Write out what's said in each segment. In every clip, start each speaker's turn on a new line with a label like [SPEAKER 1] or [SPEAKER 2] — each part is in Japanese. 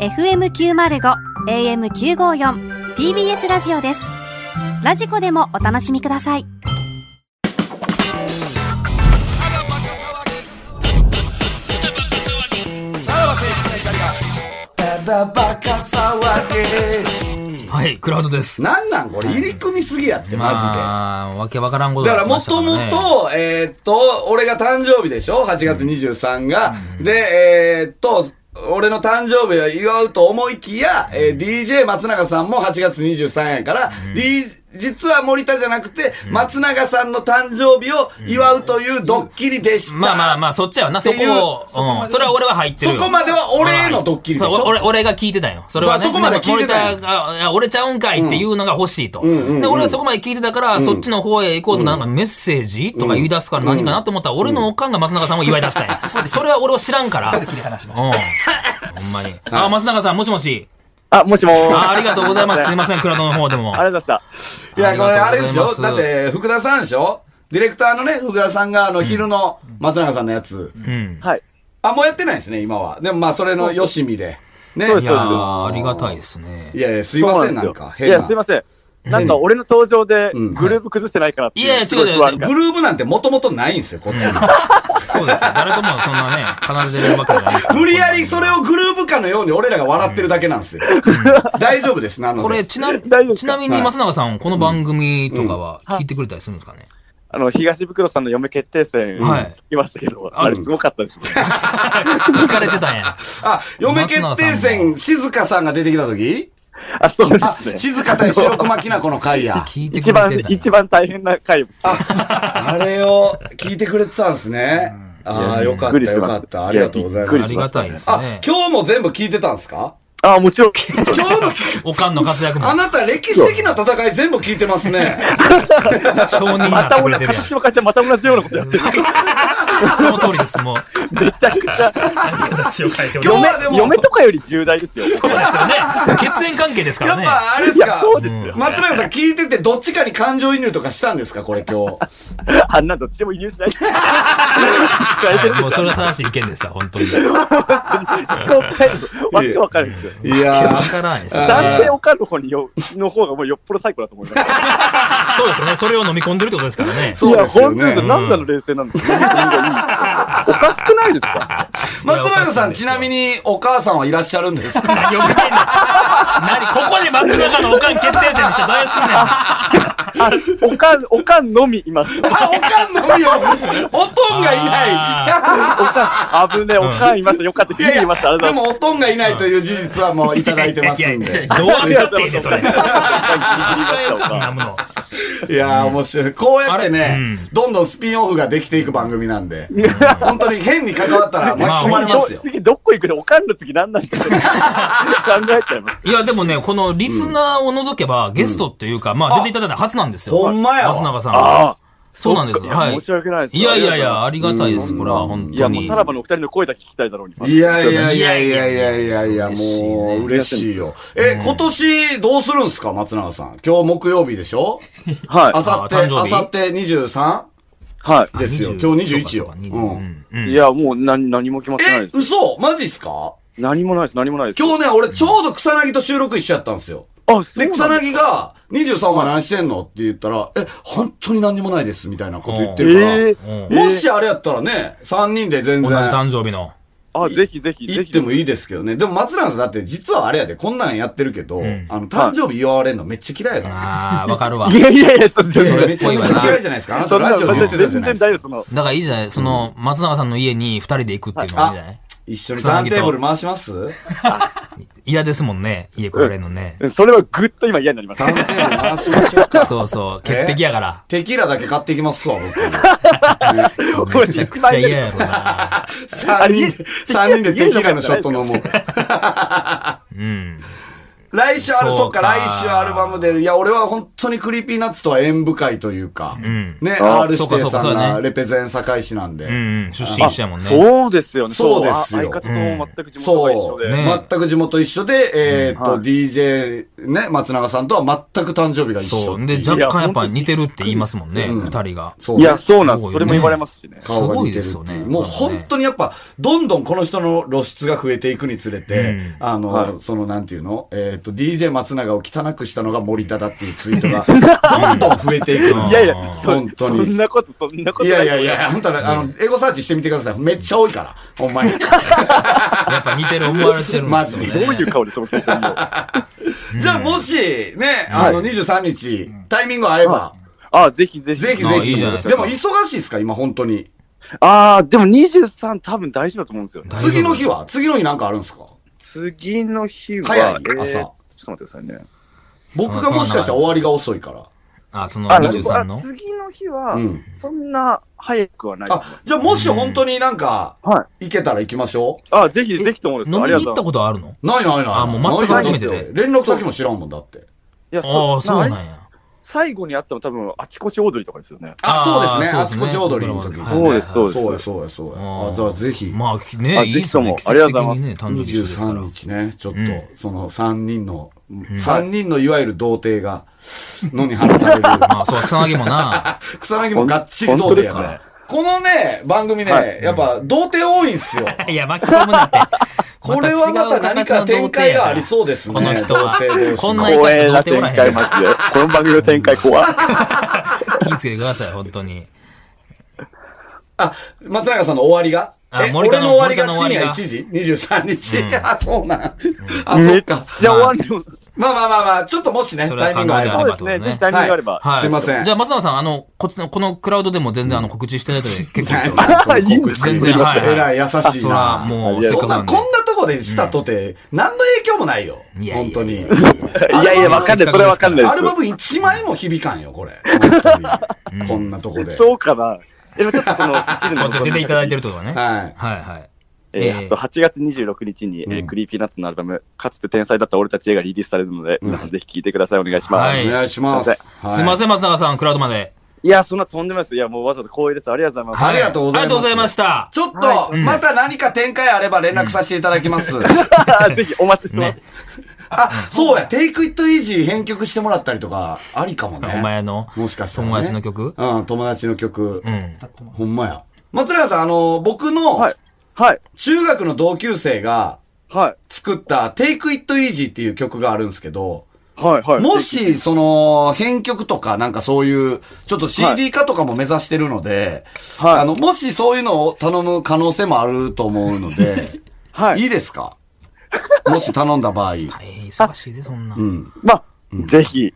[SPEAKER 1] FM905 AM954 TBS ラジオですラジコでもお楽しみください
[SPEAKER 2] はい、クラウドです。
[SPEAKER 3] なんなんこれ入り組みすぎやって、マ
[SPEAKER 2] まあ、わけわからんこ
[SPEAKER 3] ジ
[SPEAKER 2] と
[SPEAKER 3] で。だか
[SPEAKER 2] が
[SPEAKER 3] ら
[SPEAKER 2] 起き
[SPEAKER 3] も
[SPEAKER 2] ました
[SPEAKER 3] ともと、
[SPEAKER 2] ね
[SPEAKER 3] えーっと、俺が誕生日でしょ ?8 月23が。で、えーっと、俺の誕生日を祝うと思いきや、えー DJ 松永さんも8月23やから、D 実は森田じゃなくて、松永さんの誕生日を祝うというドッキリでした。
[SPEAKER 2] まあまあまあ、そっちやわな、そこ
[SPEAKER 3] っていう
[SPEAKER 2] を。うん、それは俺は入ってるよ。
[SPEAKER 3] そこまでは俺へのドッキリでしょ
[SPEAKER 2] そう俺、俺が聞いてたよ。それはね。
[SPEAKER 3] そうそこまで聞いてたよ
[SPEAKER 2] 森田がいや、俺ちゃうんかいっていうのが欲しいと。で、俺はそこまで聞いてたから、そっちの方へ行こうと、なんかメッセージとか言い出すから何かなと思ったら、俺のおかんが松永さんを祝い出したんや。 それは俺を知らんから。うん。ほんまに。あ、松永さん、もしもし。
[SPEAKER 4] あ、もしもー
[SPEAKER 2] あありがとうございます。すいません、クラウドの方でも。
[SPEAKER 4] ありがとうございまし
[SPEAKER 3] いや、これあれでし
[SPEAKER 2] あり
[SPEAKER 3] ょ
[SPEAKER 2] がとう
[SPEAKER 3] だっ
[SPEAKER 2] ござい
[SPEAKER 3] て、福田さんでしょディレクターのね、福田さんが、あの、昼の松永さんのやつ。
[SPEAKER 2] うん。
[SPEAKER 4] た。はい。
[SPEAKER 3] あ、もうやってないですね、今は。でもまあ、それのよしみで。ね。
[SPEAKER 4] そう
[SPEAKER 2] い
[SPEAKER 4] です
[SPEAKER 2] や
[SPEAKER 4] そうです
[SPEAKER 2] ー、ありがたいですね。
[SPEAKER 3] いやいや、すいません、
[SPEAKER 4] そ
[SPEAKER 3] な
[SPEAKER 4] うんで
[SPEAKER 3] か。
[SPEAKER 4] す
[SPEAKER 3] 変
[SPEAKER 4] よい
[SPEAKER 3] な。
[SPEAKER 4] や、すいません。なんか俺の登場で
[SPEAKER 3] うん
[SPEAKER 4] グループ崩してないかなってう
[SPEAKER 2] いやいや
[SPEAKER 4] すご
[SPEAKER 2] 違う違う
[SPEAKER 4] 不安
[SPEAKER 3] ブ
[SPEAKER 4] が
[SPEAKER 3] ルームなんてもともとないんですよ、こっちに。
[SPEAKER 2] そうですよ。誰ともそんなね、奏でるわけじゃないですから
[SPEAKER 3] 無理やりそれをグルーブかのように俺らが笑ってるだけなんですよ。大丈夫です、なので。
[SPEAKER 2] これ、ちな、
[SPEAKER 4] 大丈夫ですか
[SPEAKER 2] ちなみに松永さん、この番組とかは聞いてくれたりするんですかね、
[SPEAKER 4] あの、東袋さんの嫁決定戦、
[SPEAKER 2] はい
[SPEAKER 4] 聞きましたけど、
[SPEAKER 2] あ
[SPEAKER 4] あれすごかったですね。
[SPEAKER 2] 聞かれてたんや。
[SPEAKER 3] あ、嫁決定
[SPEAKER 2] 松永さん
[SPEAKER 3] 戦、静香さんが出てきた時
[SPEAKER 4] あ、そうで
[SPEAKER 3] あ、
[SPEAKER 4] すね。
[SPEAKER 3] 静香対白熊きなこの回や。
[SPEAKER 2] 聞いてくれてた
[SPEAKER 4] 一
[SPEAKER 2] ん
[SPEAKER 4] 番、
[SPEAKER 2] や。
[SPEAKER 4] 一番大変な回。
[SPEAKER 3] あ、あれを聞いてくれてたんですね。ああ、よかった、よかった。ありがとうござい
[SPEAKER 4] びっ
[SPEAKER 3] ま
[SPEAKER 4] く
[SPEAKER 2] あ
[SPEAKER 3] す
[SPEAKER 2] り。がたいです
[SPEAKER 3] あ
[SPEAKER 2] ね、。
[SPEAKER 3] 今日も全部聞いてたんですか
[SPEAKER 4] あ、もちろん。
[SPEAKER 3] 今日の
[SPEAKER 2] おかんの活躍も
[SPEAKER 3] あなた、歴史的な戦い全部聞いてますね。
[SPEAKER 2] 承認にな
[SPEAKER 4] ま
[SPEAKER 2] って
[SPEAKER 4] た
[SPEAKER 2] く
[SPEAKER 4] 俺、
[SPEAKER 2] れてるや
[SPEAKER 4] 形の会社また同じようなこと やってる。
[SPEAKER 2] ん。その通りです、もう。
[SPEAKER 4] めちゃくちゃ。
[SPEAKER 2] 形を変えても
[SPEAKER 3] 今日
[SPEAKER 4] 嫁
[SPEAKER 3] はで、も
[SPEAKER 4] 嫁とかより重大ですよ。
[SPEAKER 2] そうですよね。血縁関係ですか
[SPEAKER 3] や
[SPEAKER 2] ら
[SPEAKER 3] っ
[SPEAKER 2] ね。
[SPEAKER 3] ぱ、あれですか
[SPEAKER 4] そうですよ。
[SPEAKER 3] 松永さん聞いてて、どっちかに感情移入とかしたんですかこれ今日。
[SPEAKER 4] あんなどっちでも移入し ない。伝えて
[SPEAKER 2] はい、
[SPEAKER 4] る
[SPEAKER 2] もう
[SPEAKER 4] んです
[SPEAKER 2] それ
[SPEAKER 4] よ。
[SPEAKER 2] は正しい意見ですわ、本当に。
[SPEAKER 4] わけわかるんないですよ。
[SPEAKER 3] い
[SPEAKER 2] わ
[SPEAKER 3] や
[SPEAKER 2] からないですよね。
[SPEAKER 4] 男性おかんの方によ、の方がもうよっぽど最高だと思います。
[SPEAKER 2] そうですね。それを飲み込んでるってことですからね。
[SPEAKER 3] そうですよ
[SPEAKER 4] いや、本
[SPEAKER 3] ね
[SPEAKER 4] 当です。何なの冷静なんですか、人がいい。おかしくないですか
[SPEAKER 3] 松永さん、ちなみにお母さんはいらっしゃるんですか
[SPEAKER 2] 何を見てんの何ここで松永のおかん決定戦にしてどうすんねん。
[SPEAKER 4] あ、おかん、おかんのみいます。お
[SPEAKER 3] あ、おかんのみよ。おとんがいな
[SPEAKER 4] かん、危ねえ、おかんいました。よかった。
[SPEAKER 3] い。
[SPEAKER 4] ギリいました。ありが
[SPEAKER 3] で
[SPEAKER 4] とう
[SPEAKER 3] も
[SPEAKER 4] ご
[SPEAKER 3] おとんがいないという事実はもういただいてますんで。
[SPEAKER 2] どう扱っていいね、それ。
[SPEAKER 4] ざいます。ギリギリいました。おかん
[SPEAKER 2] むの。
[SPEAKER 3] いやー、面白い。こうやって
[SPEAKER 2] あれう
[SPEAKER 3] ね
[SPEAKER 2] ん、
[SPEAKER 3] どんどんスピンオフができていく番組なん で。本当に変に関わったら巻き込まれますよ。
[SPEAKER 4] 次どっこ行くのおかんの次何なんですか考えちゃいます。
[SPEAKER 2] いや、でもね、このリスナーを除けば、ゲストっていうか、まあ、出ていただいた初なんですよ。
[SPEAKER 3] ほんまやわ
[SPEAKER 2] 松永さんは。
[SPEAKER 4] ああ。
[SPEAKER 2] そうなんですよ。
[SPEAKER 4] そっか
[SPEAKER 2] はい。
[SPEAKER 4] 申し訳ないです
[SPEAKER 2] いやいやいや、ありがたいです。これは、本
[SPEAKER 4] い
[SPEAKER 2] 当
[SPEAKER 4] や、もう
[SPEAKER 2] に。
[SPEAKER 4] さらばのお二人の声だけ聞きたいだろうに。
[SPEAKER 3] いやいやいやいやいやいやいや、もう嬉しいよ。え、今年どうするんすか、松永さん。今日木曜日でしょ
[SPEAKER 4] はい。
[SPEAKER 3] あさって、
[SPEAKER 2] 誕生
[SPEAKER 3] あ
[SPEAKER 2] 日
[SPEAKER 3] さって 23?
[SPEAKER 4] は
[SPEAKER 3] ですよ。
[SPEAKER 2] 20
[SPEAKER 3] 今日21よ。
[SPEAKER 2] 20
[SPEAKER 3] う。
[SPEAKER 2] うんんう
[SPEAKER 4] い。
[SPEAKER 2] ん
[SPEAKER 4] いや、もう何、何も決まってない
[SPEAKER 3] え
[SPEAKER 4] で、す。
[SPEAKER 3] 嘘マジっすか
[SPEAKER 4] 何もないです、何もないです。
[SPEAKER 3] 今日ね、俺ちょうど草薙と収録一緒やったんですよ。
[SPEAKER 4] あ、そう
[SPEAKER 3] で、
[SPEAKER 4] な
[SPEAKER 3] 草
[SPEAKER 4] んだ
[SPEAKER 3] 薙が、23お前何してんのって言ったら、え、本当に何にもないです、みたいなこと言って
[SPEAKER 4] え
[SPEAKER 3] るから。
[SPEAKER 4] ー
[SPEAKER 2] うん
[SPEAKER 4] えー
[SPEAKER 3] もしあれやったらね、3人で全
[SPEAKER 2] 同
[SPEAKER 3] 然
[SPEAKER 2] じ誕生日の。
[SPEAKER 4] あ、ぜひぜひ、ぜ
[SPEAKER 3] 行っ
[SPEAKER 4] ひ。
[SPEAKER 3] てもいいですけどね。でも松永さんだって実はあれやで、こんなんやってるけど、
[SPEAKER 2] ん
[SPEAKER 3] あの、誕生日祝われんのめっちゃ嫌いやから。
[SPEAKER 2] ああ、わかるわ。
[SPEAKER 4] い
[SPEAKER 2] だ
[SPEAKER 4] やいやいや、そうですよ
[SPEAKER 3] そ
[SPEAKER 4] そ
[SPEAKER 3] れめ
[SPEAKER 4] れ
[SPEAKER 3] ちゃめちゃ嫌いじゃないですか。あなたラジオで言ってたじゃ
[SPEAKER 4] 全然
[SPEAKER 3] ないで
[SPEAKER 4] 大
[SPEAKER 3] す
[SPEAKER 4] 丈
[SPEAKER 3] か
[SPEAKER 4] 夫、。その。
[SPEAKER 2] からいいじゃない。その、松永さんの家に二人で行くっていうのもいいんじゃない
[SPEAKER 3] 一緒にターンテーブル回します
[SPEAKER 2] 嫌ですもんね。家来られるのね。
[SPEAKER 4] それはぐっと今嫌になりまし
[SPEAKER 3] タ
[SPEAKER 4] た。
[SPEAKER 3] ーンテーブル回しましょうか。
[SPEAKER 2] そうそう。潔癖やから。
[SPEAKER 3] テキーラだけ買っていきますわ、僕。
[SPEAKER 4] め
[SPEAKER 2] めちゃくちゃ嫌やろな。
[SPEAKER 3] 3人で、三人でテキーラのショット飲もう。
[SPEAKER 2] うん。
[SPEAKER 3] 来週ある、そ
[SPEAKER 2] そ
[SPEAKER 3] っ
[SPEAKER 2] う
[SPEAKER 3] か、
[SPEAKER 2] か
[SPEAKER 3] 来週アルバム出る。いや、俺は本当にクリーピーナッツとは縁深いというか、
[SPEAKER 2] ん
[SPEAKER 3] ね、
[SPEAKER 4] あ
[SPEAKER 3] R 指
[SPEAKER 2] そうか
[SPEAKER 3] 定
[SPEAKER 2] そうか
[SPEAKER 3] さ
[SPEAKER 2] そ
[SPEAKER 3] ん
[SPEAKER 2] うだ
[SPEAKER 3] が
[SPEAKER 2] ね
[SPEAKER 3] レペゼン堺市なんで。
[SPEAKER 2] うんうん。出身一緒やもんね。
[SPEAKER 4] そうですよね。
[SPEAKER 3] そうですよ
[SPEAKER 4] あ相方と全く地元が一
[SPEAKER 3] そ
[SPEAKER 4] 緒
[SPEAKER 3] う、
[SPEAKER 4] で。
[SPEAKER 2] ね
[SPEAKER 3] 全く地元一緒で、えーっと、
[SPEAKER 4] はい
[SPEAKER 3] DJ ね、松永さんとは全く誕生日が一緒
[SPEAKER 2] そう。。で、若干やっぱ似てるって言いますもんね、
[SPEAKER 3] うん
[SPEAKER 2] 二人が。
[SPEAKER 3] そ
[SPEAKER 4] いや、そうなんです
[SPEAKER 2] ごいね
[SPEAKER 4] す。それも言われますしね。
[SPEAKER 3] 顔が似てるって
[SPEAKER 2] すごいですよね
[SPEAKER 3] もう本当にやっぱ、どんどんこの人の露出が増えていくにつれて、
[SPEAKER 2] うん
[SPEAKER 3] あの、
[SPEAKER 4] はい
[SPEAKER 3] そのなんていうのえっ、と、DJ 松永を汚くしたのが森田だっていうツイートが、どんどん増えていくの。
[SPEAKER 2] うん
[SPEAKER 4] いやいや、
[SPEAKER 3] 本当に
[SPEAKER 4] そんなこと、そんなこと
[SPEAKER 3] い
[SPEAKER 4] な
[SPEAKER 3] やいやいや、あんたら、あの、エゴサーチしてみてください。めっちゃ多いから、ほんまに。
[SPEAKER 2] やっぱ似てる思われてるんですよね。
[SPEAKER 3] マジ
[SPEAKER 4] どういう顔でその結婚を。あ
[SPEAKER 3] じゃあもし、ね、あの、
[SPEAKER 4] はい
[SPEAKER 3] 23日、タイミング合えば、
[SPEAKER 4] あ、ぜひぜひ。
[SPEAKER 3] ぜひ
[SPEAKER 2] あ
[SPEAKER 3] ぜ
[SPEAKER 2] いい
[SPEAKER 3] ひ。
[SPEAKER 2] じ
[SPEAKER 3] で
[SPEAKER 2] ゃない
[SPEAKER 3] も
[SPEAKER 2] ですか
[SPEAKER 3] 忙しいですか今本当に。
[SPEAKER 4] ああ、でも23多分大丈夫だと思うんですよね。
[SPEAKER 2] 大丈夫
[SPEAKER 3] 次の日は次の日なんかあるんですか
[SPEAKER 4] 次の日は、
[SPEAKER 3] 早い
[SPEAKER 4] えー
[SPEAKER 3] 朝
[SPEAKER 4] ちょっと待ってくださいね。
[SPEAKER 3] 僕がもしかしたら終わりが遅いから。
[SPEAKER 2] あ、その
[SPEAKER 4] あ、
[SPEAKER 2] 23の
[SPEAKER 4] あ。次の日は
[SPEAKER 3] うん、
[SPEAKER 4] そんな早くはないと思いま
[SPEAKER 3] あ、じゃあもし本当になんか、
[SPEAKER 4] す。はい。
[SPEAKER 3] 行けたら行きましょ
[SPEAKER 4] あ、ぜひぜひともです。
[SPEAKER 2] 飲
[SPEAKER 4] あ
[SPEAKER 2] み
[SPEAKER 4] り
[SPEAKER 2] に行っ
[SPEAKER 4] がと
[SPEAKER 2] た
[SPEAKER 4] う。
[SPEAKER 2] ことあるの
[SPEAKER 3] う。ないないないない。
[SPEAKER 2] あもう全く初めてで
[SPEAKER 3] ないない連絡先も知らんもんだって。
[SPEAKER 4] いや、
[SPEAKER 2] ああ、そうなん
[SPEAKER 4] あれ
[SPEAKER 2] や。
[SPEAKER 4] 最後に会ったの多分、あちこちオードリーとかですよね。
[SPEAKER 3] あ、そうですね。
[SPEAKER 2] ー
[SPEAKER 3] あちこちオードリーの時。
[SPEAKER 4] そうですそうです
[SPEAKER 3] そうや、そうや、そうや。あ、じゃあぜひ。
[SPEAKER 2] まあ、ね、
[SPEAKER 4] あ
[SPEAKER 2] いいですよね。
[SPEAKER 4] ぜひともありがとうございます
[SPEAKER 2] 奇跡的にね、誕生日一緒ですから
[SPEAKER 3] 23。日ね、ちょっと、
[SPEAKER 2] うん
[SPEAKER 3] その3人の、3人のいわゆる童貞が、のに放たれる。
[SPEAKER 2] まあ、そう、草薙もな。
[SPEAKER 3] 草薙もがっちり童貞やから。
[SPEAKER 4] 本
[SPEAKER 3] このね、番組ね、
[SPEAKER 4] はい
[SPEAKER 3] やっぱ童貞多いんすよ。
[SPEAKER 2] いや、巻き込むなって。
[SPEAKER 3] これはまた何か展開がありそうですね。
[SPEAKER 2] この人は
[SPEAKER 3] 童貞同士
[SPEAKER 2] こんな
[SPEAKER 4] 光栄な展開、マジで。この番組の展開、怖い。
[SPEAKER 2] う。気ぃつけてください、本当に。
[SPEAKER 3] あ、松永さんの終わりが
[SPEAKER 2] あ
[SPEAKER 3] え、
[SPEAKER 2] 森
[SPEAKER 3] 俺
[SPEAKER 2] 田
[SPEAKER 3] の
[SPEAKER 2] の
[SPEAKER 3] 終わりが深
[SPEAKER 2] 森田の終わり
[SPEAKER 3] 夜
[SPEAKER 2] が
[SPEAKER 3] 1時 ?23 日、
[SPEAKER 2] う ん
[SPEAKER 3] あ、そうなん。あ、そ
[SPEAKER 4] め
[SPEAKER 3] っ
[SPEAKER 4] っちゃ
[SPEAKER 3] か。
[SPEAKER 4] 終わるよ。
[SPEAKER 3] まあまあまあまあ、ちょっともしね、
[SPEAKER 2] それ
[SPEAKER 3] タイ
[SPEAKER 2] は
[SPEAKER 3] ミ
[SPEAKER 2] 考
[SPEAKER 3] ン
[SPEAKER 2] え
[SPEAKER 3] グ
[SPEAKER 2] て
[SPEAKER 3] が
[SPEAKER 2] あ
[SPEAKER 3] 合えば
[SPEAKER 2] ればということね
[SPEAKER 4] そうですね。ぜひ。タイミングがあれば。
[SPEAKER 2] はい。
[SPEAKER 3] すいません
[SPEAKER 2] じゃあ、松永さん、あの、こっちの、このクラウドでも全然、あの、告知してないので、 結構ですよ。
[SPEAKER 3] そう
[SPEAKER 4] いいんです
[SPEAKER 2] 全然、はい。
[SPEAKER 3] えらい優しい
[SPEAKER 2] そら
[SPEAKER 3] な。
[SPEAKER 2] もう、
[SPEAKER 4] いや
[SPEAKER 2] せっ
[SPEAKER 3] そ
[SPEAKER 2] か
[SPEAKER 3] ん
[SPEAKER 2] く
[SPEAKER 3] な、
[SPEAKER 2] なんで
[SPEAKER 3] こんなとこでしたとて、何の影響もないよ。
[SPEAKER 2] いやいやい
[SPEAKER 3] 本
[SPEAKER 2] や
[SPEAKER 3] 当に。
[SPEAKER 4] いやいや、わかんない。それわかんない
[SPEAKER 3] アルバ
[SPEAKER 4] で。。
[SPEAKER 3] ム1枚も響かんよ、こ れ。本当に。こんなとこです
[SPEAKER 4] そうかな。え、ちょっとその、
[SPEAKER 2] こうやって出ていただいてるってことはね。
[SPEAKER 3] はい。
[SPEAKER 2] はいはい。
[SPEAKER 4] えーあと8月26日に、えー
[SPEAKER 3] うん
[SPEAKER 4] クリーピーナッツのアルバム、かつて天才だった俺たちへがリリースされるので、皆さんぜひ聴いてください。お願いします。
[SPEAKER 2] はい
[SPEAKER 4] い、
[SPEAKER 3] お願いします。
[SPEAKER 4] すい
[SPEAKER 2] すいま
[SPEAKER 3] ん。
[SPEAKER 2] せん、松永さん、クラウドまで。
[SPEAKER 4] や、そんなとんでもないです。いや、もうわざわざ光栄です。ありがとうございます。
[SPEAKER 3] ありがとうございます
[SPEAKER 2] ありがとうございました。
[SPEAKER 3] ちょっと、また何か展開あれば連絡させていただきます。
[SPEAKER 4] ぜひお待ちしてます。
[SPEAKER 2] ね
[SPEAKER 3] あ、そうや、テイクイットイージー編曲してもらったりとか、ありかもね。
[SPEAKER 2] お前の
[SPEAKER 3] もしかしたら、ね。
[SPEAKER 2] 友達の曲
[SPEAKER 3] うん、友達の曲
[SPEAKER 2] う。ん。
[SPEAKER 3] ほんまや。松永さん、あの、僕
[SPEAKER 4] は
[SPEAKER 3] の
[SPEAKER 4] い。はい。
[SPEAKER 3] 中学の同級生が
[SPEAKER 4] はい。
[SPEAKER 3] 作ったテイクイットイージーっていう曲があるんですけど、
[SPEAKER 4] はい。はい。
[SPEAKER 3] もし、その、編曲とか、なんかそういう、ちょっと
[SPEAKER 4] は
[SPEAKER 3] CD 化とかも目指してるので、
[SPEAKER 4] はい
[SPEAKER 3] あの、もしそういうのを頼む可能性もあると思うので、、
[SPEAKER 4] はい
[SPEAKER 3] い
[SPEAKER 4] い。
[SPEAKER 3] ですかもし頼んだ場合。
[SPEAKER 2] 大変忙しいで、そんな。
[SPEAKER 3] うん。
[SPEAKER 4] まあ、ぜひ。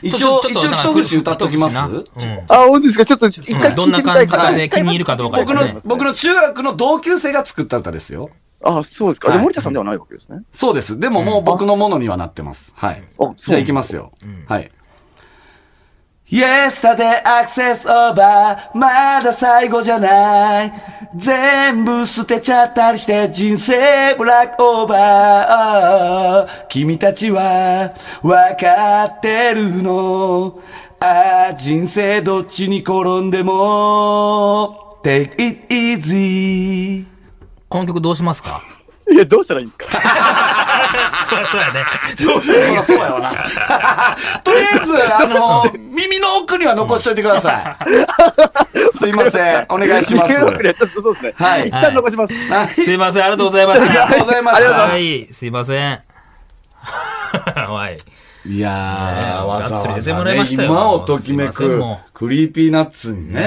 [SPEAKER 3] 一応、
[SPEAKER 2] ちょ
[SPEAKER 3] 一応
[SPEAKER 2] っとちょっと
[SPEAKER 3] 一口歌っときます
[SPEAKER 2] 一口なうん
[SPEAKER 4] あ、本当ですかちょっと一
[SPEAKER 2] う
[SPEAKER 4] 回
[SPEAKER 2] んどん
[SPEAKER 4] 聞
[SPEAKER 2] な
[SPEAKER 4] いてみた
[SPEAKER 2] 感
[SPEAKER 4] い
[SPEAKER 2] じ
[SPEAKER 4] か
[SPEAKER 2] か
[SPEAKER 4] な。
[SPEAKER 2] で気に入るかどうかです
[SPEAKER 3] 僕
[SPEAKER 2] ね
[SPEAKER 3] の、。僕の中学の同級生が作った歌ですよ。
[SPEAKER 4] あ、そうですか。
[SPEAKER 3] はい
[SPEAKER 4] じゃあ森田さんではないわけですね。
[SPEAKER 3] そうです。でももう僕のものにはなってます。はい。
[SPEAKER 4] あ
[SPEAKER 3] じゃあ行きますよ。はい。Yesterday access over まだ最後じゃない全部捨てちゃったりして人生ブラックオーバー君たちはわかってるのああ人生どっちに転んでも Take it easy
[SPEAKER 2] この曲どうしますか
[SPEAKER 4] いや、どうしたらいいんですか
[SPEAKER 2] そりゃそうやね。
[SPEAKER 3] どうしてそりゃそうや わな。とりあえず、あの、耳の奥には残しといてくださ い。すいません。お願いします。
[SPEAKER 4] いけるわけないちょっとそうですね。
[SPEAKER 3] はい
[SPEAKER 4] 一旦残します。
[SPEAKER 3] はい
[SPEAKER 2] すいません、ありがとうございました。
[SPEAKER 3] ありがとうございました
[SPEAKER 2] はい、すいません。 はい。
[SPEAKER 3] いやー、わざ
[SPEAKER 2] がっつり
[SPEAKER 3] わ
[SPEAKER 2] 出て
[SPEAKER 3] ざ、
[SPEAKER 2] もらい
[SPEAKER 3] ね
[SPEAKER 2] ま、したよ
[SPEAKER 3] 今をときめ
[SPEAKER 2] すいません
[SPEAKER 3] く
[SPEAKER 2] も、
[SPEAKER 3] クリーピーナッツにね
[SPEAKER 2] ね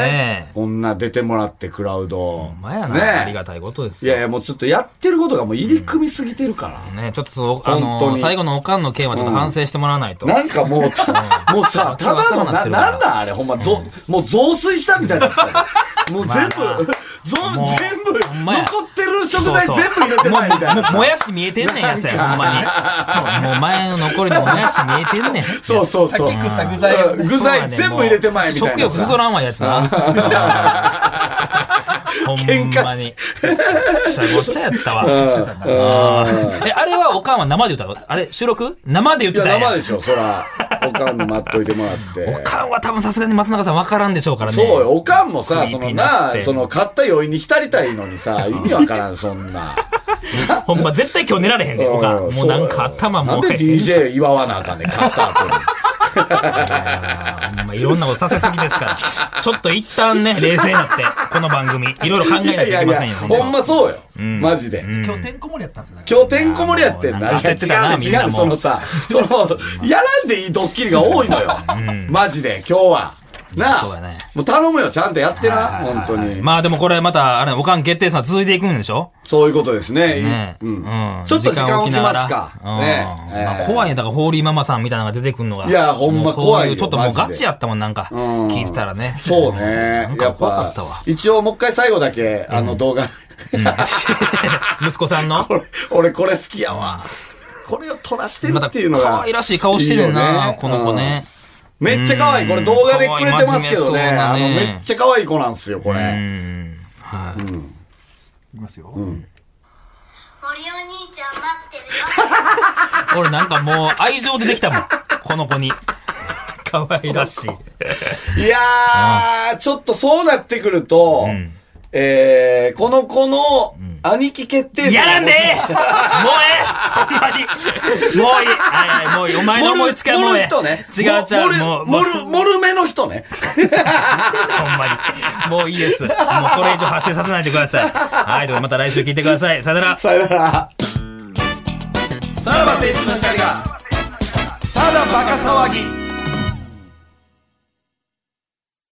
[SPEAKER 2] え、
[SPEAKER 3] こんな出てもらってクラウド。
[SPEAKER 2] ほんまや
[SPEAKER 3] ねえ
[SPEAKER 2] な。ありがたいことです
[SPEAKER 3] い
[SPEAKER 2] よ
[SPEAKER 3] やい。や、もうちょっとやってることがもう入り組みすぎてるから。
[SPEAKER 2] ね、ちょっとそう、あ
[SPEAKER 3] 本当
[SPEAKER 2] の、
[SPEAKER 3] に
[SPEAKER 2] 最後のおかんの件はちょっと反省してもらわないと。
[SPEAKER 3] なんかもうた、もうさ、ただの、な、なんなんあれ、ほんま、ぞ、もう増水したみたいなやつ だよもう全部
[SPEAKER 2] まあな、
[SPEAKER 3] ぞ
[SPEAKER 2] もう、
[SPEAKER 3] 全部、
[SPEAKER 2] ほんまや
[SPEAKER 3] 残ってる食材
[SPEAKER 2] そう
[SPEAKER 3] 全
[SPEAKER 2] そう
[SPEAKER 3] 部入れてないみたい
[SPEAKER 2] も
[SPEAKER 3] な。
[SPEAKER 2] もやし見えてんねんやつ や、ほんまに。そう、もう前の残りのもやし見えてんねん。
[SPEAKER 3] そうそうそう。
[SPEAKER 2] さっき食った具
[SPEAKER 3] 材具
[SPEAKER 2] そうや
[SPEAKER 3] 材
[SPEAKER 2] ねん
[SPEAKER 3] 全部入れてまいみたいなさ。
[SPEAKER 2] 食欲そそらんわ、やつな。 ほん
[SPEAKER 3] 喧嘩
[SPEAKER 2] まに。ごちゃごちゃやったわ。え、あれはおかんは生で歌うあれ、収録生で言っ
[SPEAKER 3] い
[SPEAKER 2] て
[SPEAKER 3] や、
[SPEAKER 2] たんや
[SPEAKER 3] 生でしょ、そら。おかんに待っといてもらって。
[SPEAKER 2] おかんは多分さすがに松永さん分からんでしょうからね。
[SPEAKER 3] そうよ、おかんもさ、
[SPEAKER 2] クリ
[SPEAKER 3] そ
[SPEAKER 2] ーピ
[SPEAKER 3] の
[SPEAKER 2] ーナッツっ
[SPEAKER 3] な
[SPEAKER 2] て、
[SPEAKER 3] その、買った余韻に浸りたいのにさ、意味わからん、そんな。
[SPEAKER 2] ほんま絶対今日寝られへん ね、おかん。
[SPEAKER 3] ん
[SPEAKER 2] もうなんか頭も
[SPEAKER 3] なん
[SPEAKER 2] う。
[SPEAKER 3] で DJ 祝わなあかんねん、買った後に。
[SPEAKER 2] ほんまいろんなことさせすぎですから。ちょっと一旦ね、冷静になって、この番組、いろいろ考えないといけませんよ、
[SPEAKER 3] ほんま
[SPEAKER 2] う。
[SPEAKER 3] そうよ。マジで。
[SPEAKER 5] 今日てんこ盛りやったんですよだから
[SPEAKER 3] 今日てんこ盛りやってん
[SPEAKER 2] あ
[SPEAKER 3] な。
[SPEAKER 2] ーもうなんか焦ってたな
[SPEAKER 3] 違うね
[SPEAKER 2] みん
[SPEAKER 3] 違
[SPEAKER 2] な
[SPEAKER 3] うね
[SPEAKER 2] も
[SPEAKER 3] その さ、その、やらんでいいドッキリが多いのよ。マジで、今日は。な
[SPEAKER 2] そうやね
[SPEAKER 3] あ。もう頼むよ、ちゃんとやってな、本当に。
[SPEAKER 2] まあでもこれまた、あれ、おかん決定戦は続いていくんでしょ
[SPEAKER 3] そういうことですね
[SPEAKER 2] ね。
[SPEAKER 3] うん
[SPEAKER 2] うん
[SPEAKER 3] ちょっと時間置きます
[SPEAKER 2] 時間
[SPEAKER 3] か
[SPEAKER 2] 置きながら。
[SPEAKER 3] ね
[SPEAKER 2] うん
[SPEAKER 3] えー
[SPEAKER 2] まあ怖いね。だから、ホーリーママさんみたいなのが出てくるのが。
[SPEAKER 3] いやほんま
[SPEAKER 2] もうこう
[SPEAKER 3] 怖いよ
[SPEAKER 2] うちょっともう
[SPEAKER 3] マジ
[SPEAKER 2] ガ
[SPEAKER 3] で
[SPEAKER 2] チやったもん、なんか。
[SPEAKER 3] ん
[SPEAKER 2] 聞いてたらね。
[SPEAKER 3] そうね。
[SPEAKER 2] なん
[SPEAKER 3] や
[SPEAKER 2] か
[SPEAKER 3] っ
[SPEAKER 2] 怖かった
[SPEAKER 3] ぱ
[SPEAKER 2] わ。、
[SPEAKER 3] 一応もう一回最後だけ、あの動画、
[SPEAKER 2] 息子さんの。
[SPEAKER 3] これ 俺これ好きやわ。これを撮らしてる
[SPEAKER 2] ま
[SPEAKER 3] ったていうのが。
[SPEAKER 2] 可愛らしい顔してる
[SPEAKER 3] いいよ
[SPEAKER 2] な
[SPEAKER 3] ね、
[SPEAKER 2] この子ね。
[SPEAKER 3] うん。めっちゃ可愛い。これ動画でくれてますけどね。
[SPEAKER 2] うん
[SPEAKER 3] あ
[SPEAKER 2] 可
[SPEAKER 3] の、
[SPEAKER 2] 愛い真面目そうなね
[SPEAKER 3] めっちゃ可愛い子なんですよ、こ
[SPEAKER 2] う
[SPEAKER 3] れ。
[SPEAKER 2] ん。はい。
[SPEAKER 5] いきますよ。
[SPEAKER 6] 森お兄ちゃん待ってるよ。
[SPEAKER 2] 俺なんかもう愛情出てきたもん。この子に。可愛らしい。
[SPEAKER 3] いやー、ちょっとそうなってくると、えー、この子の兄貴決定戦
[SPEAKER 2] やらんでええもうええほんまに。もういい。はいはい、もういい。お前の思いつきはもうええ。
[SPEAKER 3] 盛る人
[SPEAKER 2] 違
[SPEAKER 3] ね。
[SPEAKER 2] う違う。もう、もう
[SPEAKER 3] 盛、る、盛る目の人ね。
[SPEAKER 2] ほんまに。もういいです。もうこれ以上発生させないでください。はい、ではまた来週聞いてください。さよなら。
[SPEAKER 3] さよなら。
[SPEAKER 2] さらば青春の光が。
[SPEAKER 3] ただバカ騒ぎ。